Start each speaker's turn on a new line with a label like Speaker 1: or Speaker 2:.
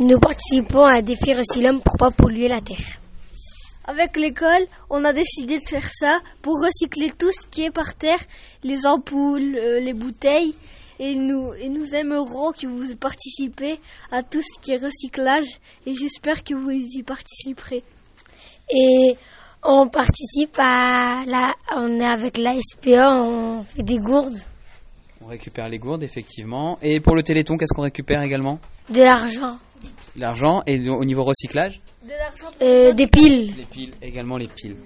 Speaker 1: Nous participons à un défi Recylum pour pas polluer la Terre.
Speaker 2: Avec l'école, on a décidé de faire ça pour recycler tout ce qui est par terre, les ampoules, euh, les bouteilles. Et nous, et nous aimerons que vous participez à tout ce qui est recyclage et j'espère que vous y participerez.
Speaker 1: Et on participe à la, on est avec l'ASPA, on fait des gourdes,
Speaker 3: On récupère les gourdes, effectivement. Et pour le Téléthon, qu'est-ce qu'on récupère également
Speaker 1: de l'argent,
Speaker 3: L'argent. Et au niveau recyclage
Speaker 2: De l'argent
Speaker 1: euh, des piles.
Speaker 3: Les piles, également les piles.